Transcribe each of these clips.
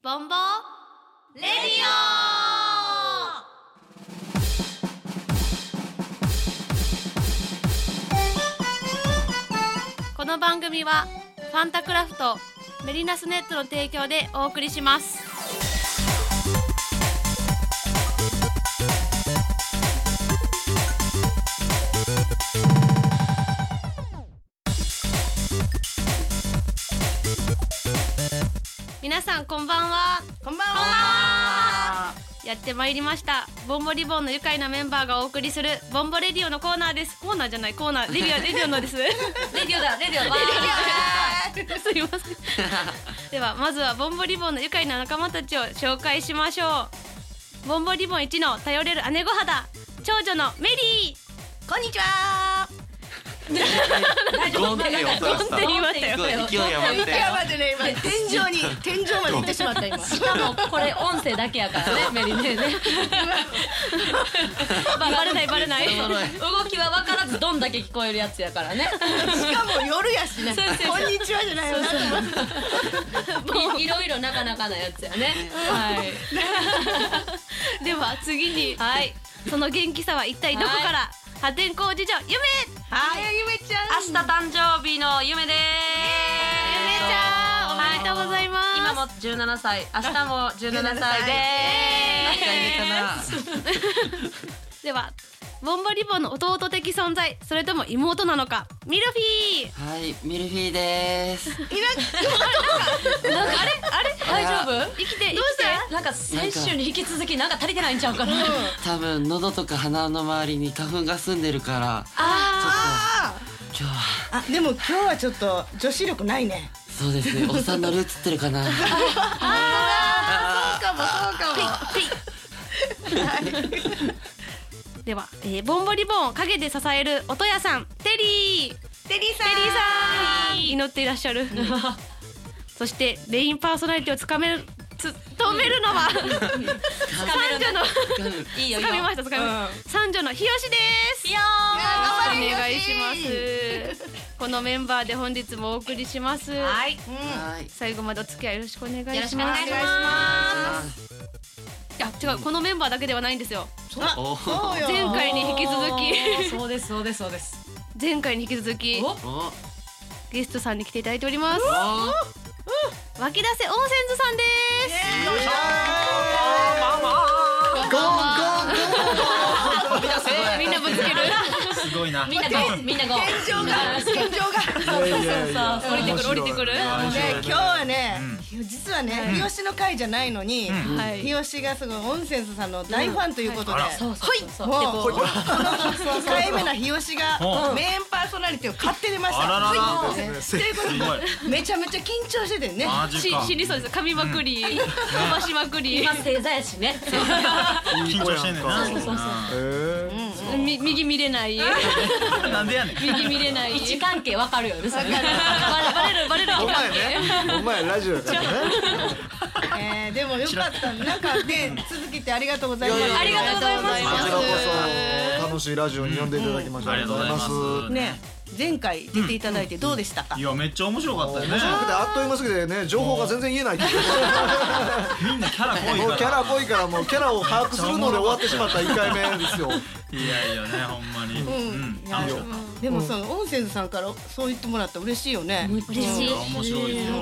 ボンボレディオこの番組はファンタクラフトメリナスネットの提供でお送りします皆さんこんばんはこんばんはやってまいりましたボンボリボンの愉快なメンバーがお送りするボンボレディオのコーナーですコーナーじゃないコーナーレディオレディオのです レディオだレディオだすいませんではまずはボンボリボンの愉快な仲間たちを紹介しましょうボンボリボン1の頼れる姉御肌長女のメリーこんにちはゴンって音がしたゴンって言いましたよすごい勢い余ってやばいね今天井に天井まで行ってしまった今しかもこれ音声だけやからねメリネねババレないバレない動きは分からずどんだけ聞こえるやつやからねしかも夜やしねそうそうそうこんにちはじゃないよないいろいろなかなかなやつやねは いでは次にはいその元気さは一体どこから、破天荒事情夢はいゆめちゃん明日誕生日の夢です夢ちゃんおめでとうございます今も17歳明日も17 17歳歳でではボンボリボンの弟的存在それとも妹なのかミルフィーはいミルフィーです大丈夫生きて生きてなんか先週に引き続きなんか足りてないんちゃうかな多分喉とか鼻の周りに花粉が住んでるからあ今日はーあでも今日はちょっと女子力ないねそうですねおっさんのルーツってるかなそうかもそうかもでは、えー、ボンボリボンを陰で支える音屋さんテリーテリーさんテリーさん祈っていらっし ゃる、そしてメインパーソナリティをつかめるつ止めるのは三女のいいよいいつよかみましたつかみました、三女のひよしですいや頑張れお願いよししますこのメンバーで本日もお送りしますはいはい最後までお付き合いよろしくお願いしますよろしくお願いしお願いしまあいや違うこのメンバーだけではないんですよおそうよ前す回に引き続きおーそうですそうですそうです前回に引き続きおおおゲストさんに来ていただいておりますお湧き出せ温泉図さんです みんなぶ つけるすごいな。みんなゴーみんなゴー天井が天井がいやいやいやそうそう降りてくる降りてくるね今日はね、実はね、日吉の会じゃないのに、はい日吉がすごい温泉さんの大ファンということで、そうそうそうそうもうこの控えめな日吉がうんメインパーソナリティを買って出ましたあらららほいねすごい。めちゃめちゃ緊張してて ねマジしか。死にそうです噛みまくり飛ばしまくり今正座やしね緊張してんねんな。み右見れ ないなんでやねん。右見れない位置関係わかるよねそれバレバレるバレるお前ね、お前ラジオだからね。えーでもよかったなんかね続けてありがとうございますありがとうございますこちらこそ楽しいラジオに呼んでいただきましてありがとうございます。ね前回出ていただいてどうでしたか、いやめっちゃ面白かったよね面。白くてあっという間すぎてね、情報が全然言えないっていう。みんなキャラ濃いもうキかャら。ラ濃いからもうキャラを把握するので終わってしまった一回目ですよ。いやいやねほんまに。うん。楽しかった。でもその温泉さんからそう言ってもらったら嬉しいよね嬉しい面白いよ。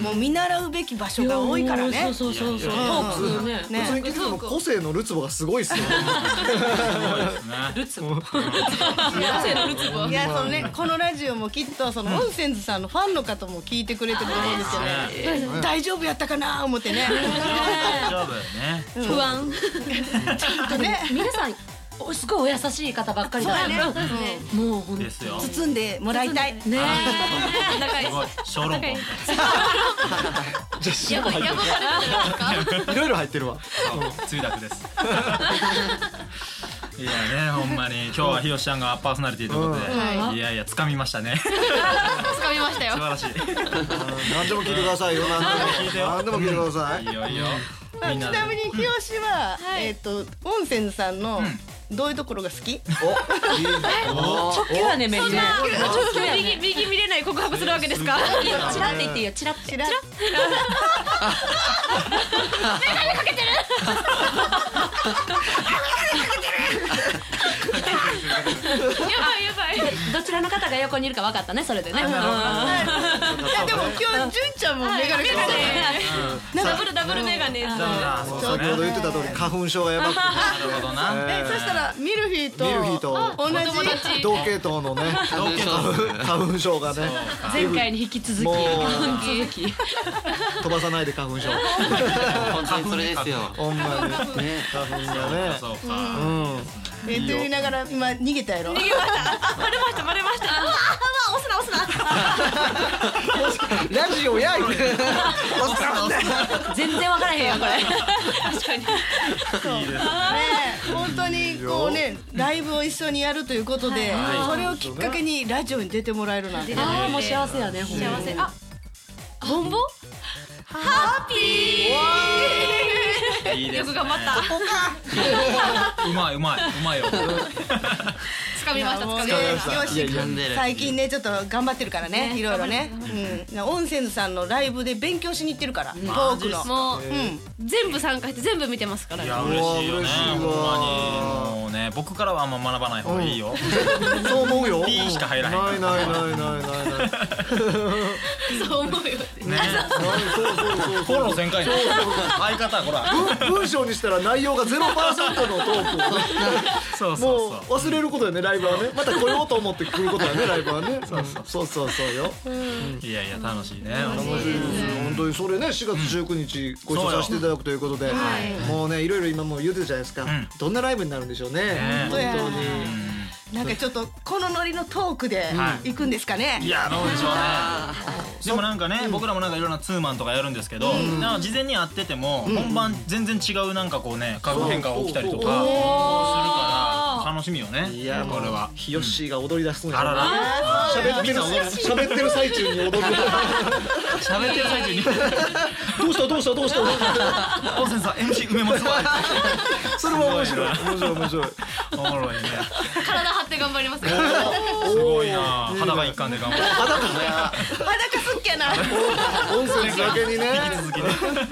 もう見習うべき場所が多いからねそうそうそうそうトークねね普通に聞いてても個性のるつぼがすごいっすよ。ね。いやそのねこのラジオもきっとその温泉さんのファンの方も聞いてくれてると思うんですよね。うん大丈夫やったかな思ってね。大丈夫よね。不安ね皆さんおすごいお優しい方ばっかりそうだやねね。もうほんとですよ。す包んでもらいたい。ね。ごい小籠包みじゃあ塩入ってる。いろいろ入ってるわ。たいな。つゆだくです。いやねほんまに今日はひよしちゃんがパーソナリティということで。いやいや掴みましたね。掴みま したよ素晴らしい。何でも聞いてくださいよ。何でも。何でも聞いてくださいいい。よいいよ。ちなみに日吉はえっと温泉さんのどういうところが好き？おいい直今日はねめっちゃ右右見れない告白するわけですか？いいよチラって言っていいよチラってチラやばいやばい。どちらの方が横にいるか分かったねそれでねいやでも今日じゅんちゃんもメガネかけてる。ダブルダブルメガネ。ダメだそうそう先ほど言ってた通り花粉症がやばくてなるほどなえそしたらミルフィーとミルフィーと同じ。同系統のね同系統花粉症がね前回に引き続きもう引き続き飛ばさないで花粉症本当にそれですよ。ほんまにね。花粉がねそうかうんえって言いながら今逃げたやろ。バレましたバレました。ラジオやい全然分からへんよこれいいですね、本当にこうねライブを一緒にやるということで、それをきっかけにラジオに出てもらえるなんて。ああもう幸せやね幸せあボンボ？ハッピいいー。でよすくね頑張った。 うまいうまいうまいよ掴みましたもうね掴みま疲れましたよし噛んでる。最近ねちょっと頑張ってるからねねいろいろね、うん、オンセンズさんのライブで勉強しに行ってるから、トークのした。もううん全部参加して全部見てますからいね。や嬉しいよねうわ嬉しいわほんまにもうね僕からはあんま学ばない方がいいよ そう思うよピーしか入らへんないないないないないないそう思うよ。ねそうそうそうフォロー全開の相方ほら文文章にしたら内容がゼロパーセントのトークをねそうもそううそう忘れることよねライブはねまた来ようと思って来ることだねライブはねそうそうそうそうよいやいや楽しいね楽しいです本当にそれね4月19日ご一緒させていただくということでもうねいろいろ今もう言うてるじゃないですかんどんなライブになるんでしょうねね本当になんかちょっとこのノリのトークではい行くんですかね、いやどうでしょうねでもなんかね、僕らもなんかいろんなツーマンとかやるんですけど、なんか事前に会ってても、本番全然違うなんかこうね化学変化が起きたりとかするから楽しみよねいやこれはヒヨッシーが踊り出すんやあらら喋ってる喋ってる最中に喋っ踊るてる最中にどうしたどうしたどうしたどうし「た温泉さん MC 埋めますわ」それも面白い面白い面白いおもろいね体張って頑張ります。すごいな裸一貫で頑張る裸すっきゃな音声だけにね引き続き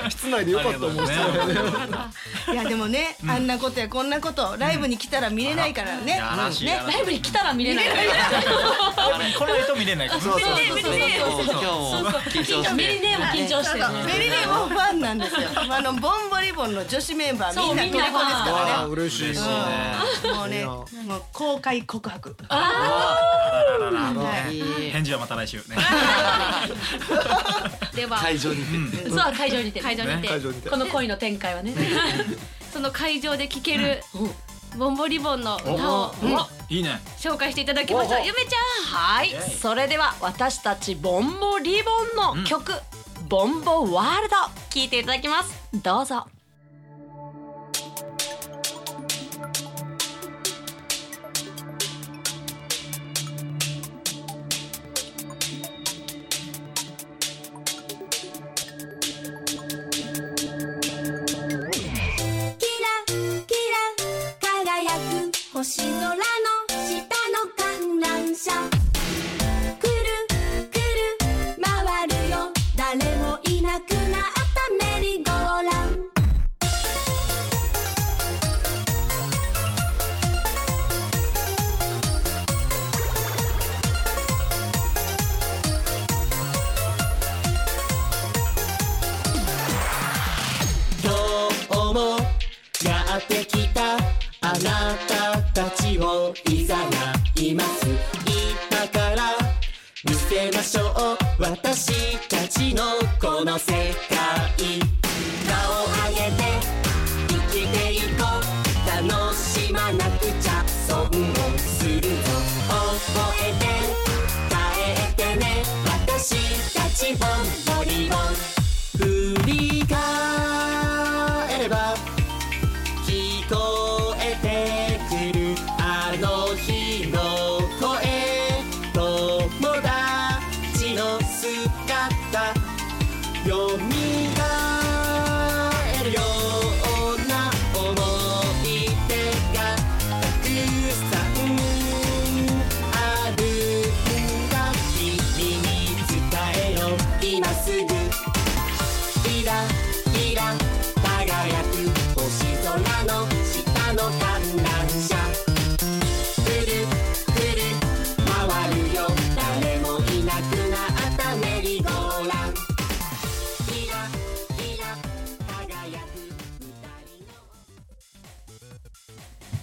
ね室内でよかったもんあり室がとうござい内ますでいやでもね、あんなことやこんなことライブに来たら見れないからね、やらしいねやらしいライブに来たら見れないこの人見れないからそうそうそうそうそう今日も緊張し見れて。ねえも緊張してるメリレもファンなんですよ。あのボンボリボンの女子メンバーみんなそうトレコですわあか嬉しい嬉しいなねらね。もうね、もう公開告白。はい返事はまた来週ねでは会場に行って。そうは会場にて会場にて会場にてこの恋の展開はねその会場で聴けるボンボリボンの歌をいいね紹介していただきました。ゆめちはいそれでは私たちボンボリボンの曲「ボンボワールド」聴いていただきますどうぞキラキラ輝く星空の下の観覧車くるくる回るよ誰もいなくなったメリーゴーラン今日もやってきたあなたたちをいざないます今から見せましょう私たちのこの世界顔を上げて生きていこう楽しまなくちゃ損をするぞ覚えて帰ってね私たちボンボリボン振り返れば聞こえてくるあの日の声友達の姿蘇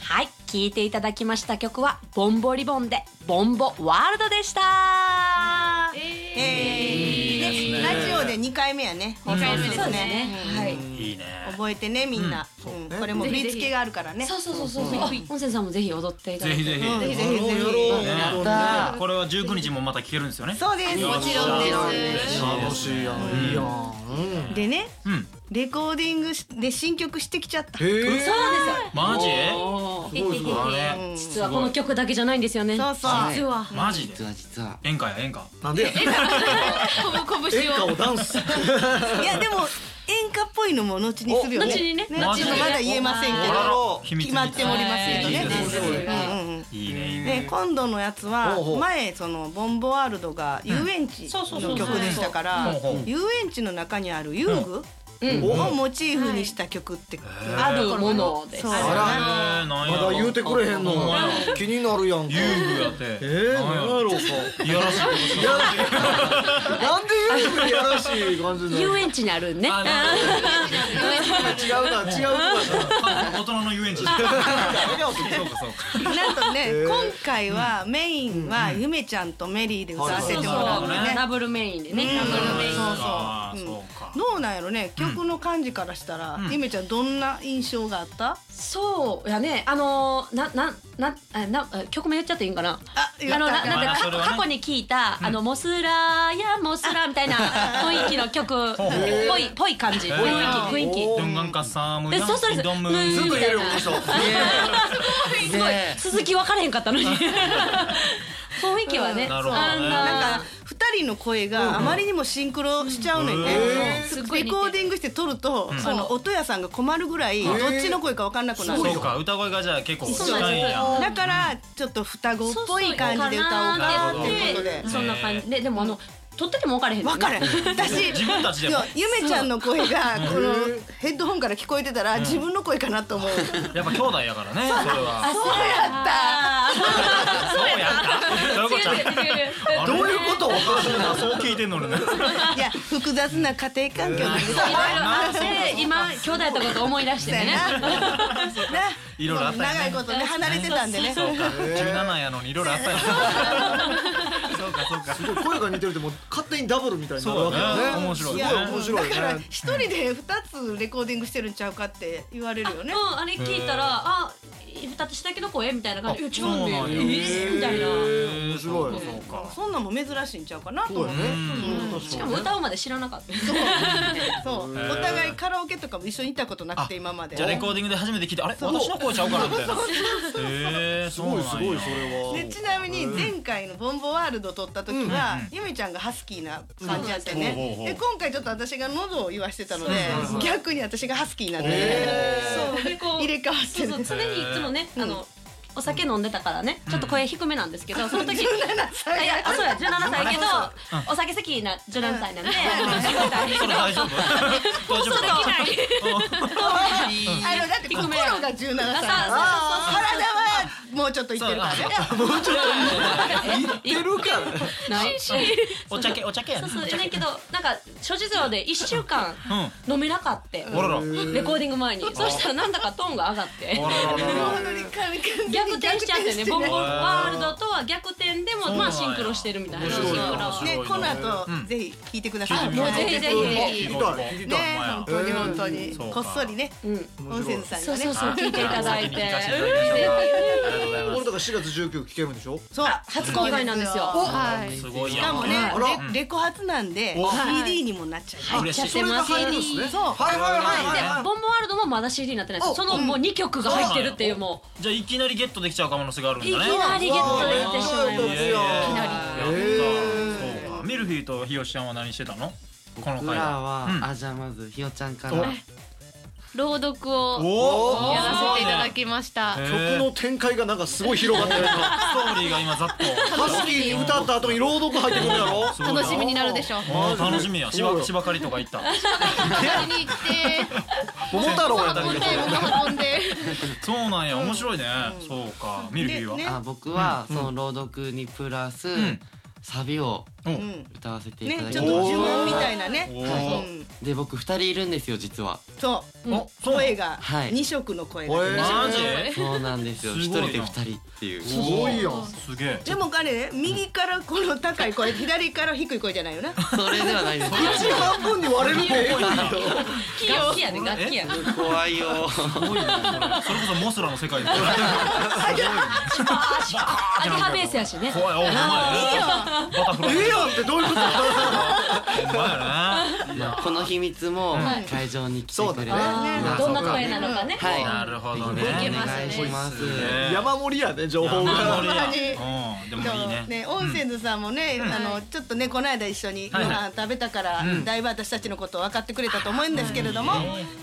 はい聴いていただきました曲は「ボンボリボン」で「ボンボワールド」でしたえー、ラジオで二回目やね。二回目ですねはい。いいね覚えてねみんな、うんこれも振り付けがあるからねそうそうそうそうそう本仙さんもぜひ踊っていただぜいてひぜひうんねぜひぜひぜひやったこれは19日もまた聞けるんですよねそうですもちろんです楽しいやんいいやんうんでねうんレコーディングしで新曲してきちゃったへえマジすごいすごいあれ実はこの曲だけじゃないんですよねそうそうはい実はマジで実は実は演歌や演歌なんでや演歌をダンスいやでも演歌っぽいのも後にするよね後にねちょっ後にとまだ言えませんけど秘密決まっておりますけどねいいですねうんうんうんいいねいでいね今度のやつほうほはう前そのボンボワールドが遊園地の曲でしたからそうそうそう遊園地の中にある遊具をモチーフにした曲ってあるものですそうあらえーなんやまだ言うてくれへんのほんまや気になるやんか遊具やってえー、なんなんやろうかいやらしいことしなかったなんで遊具にやらしい感じなの遊園地にあるねあなるほ ど違うな違うとこだ 大人の遊園地。そうかそうか。なんとね、ー今回はメインはゆめちゃんとメリーで歌わせてもらうのね。ダブルメインでねうんあーそうそううんそうか。どうなんやろね曲の感じからしたら、ゆめちゃんどんな印象があった、そうやねあのーなななあなあ曲名言っちゃっていいんかなあ言っあたのらあなかんなんまあかそれは過ね過去に聞いたあのモスラーやモスラーみたいな雰囲気の曲っうほうぽいぽい感じへー雰囲気雰囲気おどんがんかさむえやそうそうですどんむムーずっと言えるよこの人すごい続き分からへんかったのに雰囲気はねなるほどねあのーなんか二人の声があまりにもシンクロしちゃうのよね、へすごいレコーディングして撮ると、あの音屋さんが困るぐらいどっちの声か分かんなくなる、そうか歌声がじゃあ結構近いんや。だからちょっと双子っぽい感じで歌おうかっていうことでそうそうかなーってそんな感じででもあの撮ってても分からへんの分ねかれん私自分たちでいもやゆめちゃんの声がこのヘッドホンから聞こえてたら自分の声かなと思う、やっぱ兄弟やからね。それは。そうやったそうやった。どういうこ とちゃん。どういうことと？そう聞いてんのにね。いや複雑な家庭環境なんですよあそうで今兄弟とこと思い出してね いろいろあったよね長いことね離れてたんでねそうか。十七やのにいろいろあったよね。そうかそうか。すごい声が似てるってもう勝手にダブルみたいになるそわうけだだね。ね面白いすね。ごい面白いだからね一人で二つレコーディングしてるんちゃうかって言われるよねうんあれ聞いたらあ二つだけの声みたいな感じいや違うんだよそうなんやえーみたいなえー面白いそうか。そんなんも珍しいんちゃうかなとそう思っだねてうんしかも歌うまで知らなかったそうお互いカラオケとかも一緒に行ったことなくて今までじゃあレコーディングで初めて聞いてあれ私の声ちゃうかなみたいな。へえすそうなんごいや。すごいそれではちなみに前回のボンボワールド撮った時は、ゆめちゃんがハスキーな感じやってうんほうほねう、ほうで今回ちょっと私が喉を言わしてたので逆に私がハスキーになって、そうでこう入れ替わっそてうるそう常にいつもねあうんのお酒飲んでたからねちょっと声低めなんですけどその時17あ歳いやそうや17歳やけどお酒好きな17歳なんでそれ 大丈 夫？大丈夫か？あのだって心が17歳体はもうちょっといってるからね言ってるからねないお茶けお茶けやな。そうじゃないけどなんか諸事情で1週間飲めなかってあらら。レコーディング前にそしたらなんだかトーンが上がってあらららら。逆転しちゃってねボンボワールドとは逆転でもうなんやまあシンクロしてるみたいな面シン白いクな面ね白いこのな後、ぜひ聞いてください聞いてみようもうぜひぜひぜ聞きたい聞ねきた本い当に本当にそうこかっそりねロうん温泉さんそがうねそうそう聞いていただいて先に聞かせていただきましょうありがとうござい俺まだから4月19聞けるんでしょそう初公開なんですよはいす。すごいしやかん。もねレレコ発なんで CD にもなっちゃう嬉しい。出ます入るんですねそうはいはいはいではいボンボワールドもまだ CD になってないですそのもう2曲が入ってるっていうもじゃあいきなりゲットできちゃう可能性があるんだういね。きなりゲットできてしまいまいすやいやいきなりやったそうか。ミルフィーとひよしちゃんは何してたの？この僕回らは、は。うんあじゃあまずひよちゃんから朗読をおお。やらせていただきましたへ。曲ー。の展開がなんかすごい広がってるなハストーリーが今ざ っと。スキーに歌った後に朗読入ってくるだろすごいな楽しみになるでしょう。あー楽しみや。しそうばよしばかりとか行った。借りに行って、桃太郎やった運んけでど、運んで。そうなんや面白いね。そうかミルフィーは。ねあ僕は、その朗読にプラス、んサビをうん歌わせていただねきちょまっす、と呪文みたいなねおはうんい、で僕二人いるんですよ実はそうおそう声がはい二色の声がおえマジそうなんですよすご一いな人で二人っていうすごいよすげえでも彼ね右からこの高い声左から低い声じゃないよなそれではないです一半分に割れるってええよ楽器やね楽器やね怖いよすごいなそれそれこそモスラの世界ですよアゲハベースやしね 怖いお前バタフライええやんってどういうことお前やまあ この秘密もはい会場に来てそうくだれねる、あーどんな声なのかねはいねなるほどねぜひお願いしますすげえ山盛りやね情報山盛がりや本当うんでもいいねね温泉ズさんもねあのちょっとねこの間一緒にごはいは飯食べたからだいぶ私たちのことを分かってくれたと思うんですけれども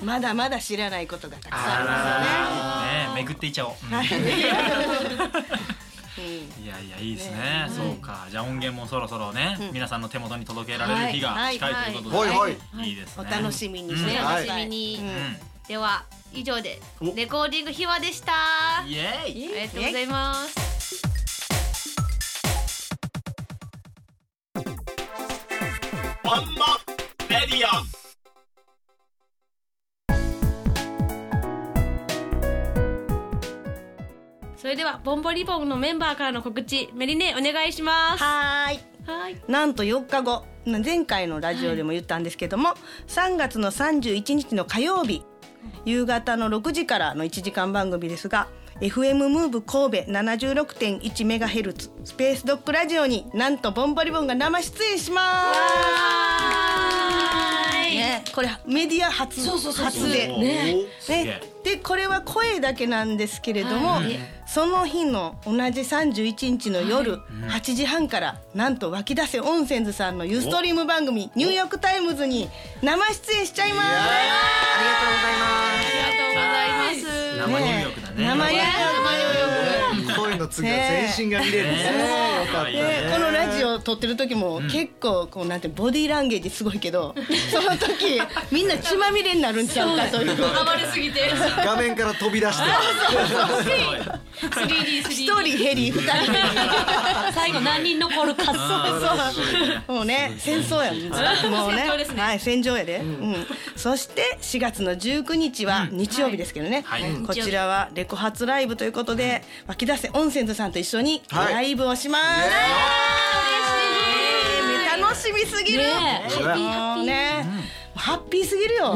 まだまだ知らないことがたくさんあね巡っていっちゃおううんるんですよね。いやいやいいですねそうかじゃあ音源もそろそろね皆さんの手元に届けられる日が近いということはでいはいいいですおね楽しみにしてくおださ楽はいしみに、うん では以上でおレコーディング秘話でしたうんイエーイありがとうございますボンボレディオそれではボンボリボンのメンバーからの告知メリネお願いしますはーいはいなんと4日後な前回のラジオでも言ったんですけども、3月の31日の火曜日夕方の6時からの1時間番組ですが FM ムーブ神戸76.1メガヘルツスペースドッグラジオになんとボンボリボンが生出演します。ね、これメディア初初でねすげねえ、でこれは声だけなんですけれども、その日の同じ31日の夜8時半からなんと湧き出せ温泉図さんのユーストリーム番組「ニューヨークタイムズ」に生出演しちゃいますありがとうございます生ニューヨークだね生ニューヨーそういうの次は全身が見れるねよかったクでねこのラジオ撮ってる時も結構こうなんてボディーランゲージすごいけ どその時みんな血まみれになるんちゃうかという暴れすぎて画面から飛び出してすごい一人ヘリ二人ヘリ 最後何人残るかそうそうもうね戦争やもうねはい戦場やで、うんそして4月の19日は日曜日ですけどね、はいはいこちらはレコ発ライブということで湧き出せ温泉図さんと一緒にライブをします、えー楽しみすぎる、ねもうねハッピーすぎるよ、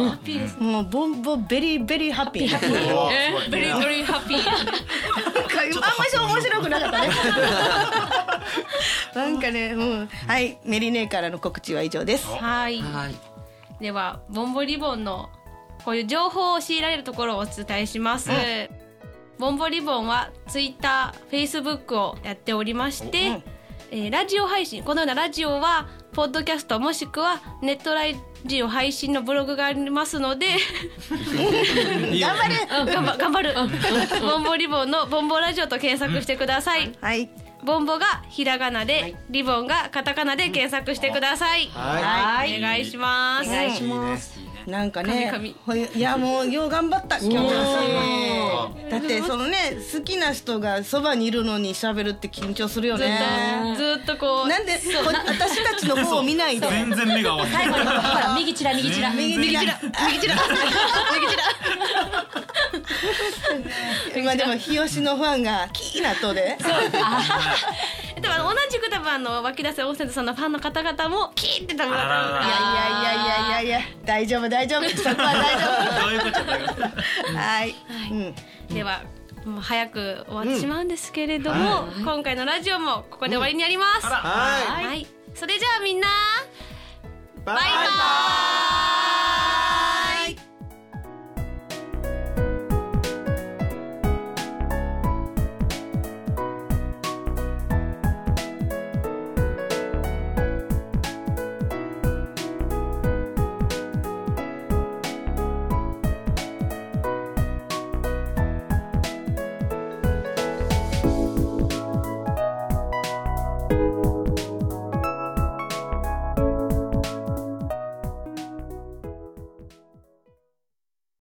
もうボンボンベリーベリーハッピーベリーベリーハッピー なんかあんまし面白くなかったね。 なんかね、うん、はい、メリネーからの告知は以上です。はいはいではボンボリボンのこういう情報を強いられるところをお伝えします、ボンボリボンはツイッター、フェイスブックをやっておりまして、えーラジオ配信このようなラジオはポッドキャストもしくはネットラジオ配信のブログがありますので 頑張れ。頑張頑張るボンボリボンのボンボラジオと検索してくださいはい、ボンボがひらがなで、リボンがカタカナで検索してください、はお願いします、はいいいねなんかね神々、ほいいやもうよう頑張 った今日は。だってそのね、好きな人がそばにいるのに喋るって緊張するよずっね。とずっとこうなんでこ私たちの方を見ないで。全然目が合わ ないほら右ちら右ちら右右 ちら右ちら右ちら今でも日吉のファンがキーなとででもあの同じく多分あの湧き出せ温泉さんのファンの方々もキーって多分あらいらやいやいやいやいやいや大丈夫大丈夫そこは大 丈どういうことだよ夫はい、うん、ではもう早く終わってしまうんですけれども、今回のラジオもここで終わりになります、あらはいそれじゃあみんなババイバイ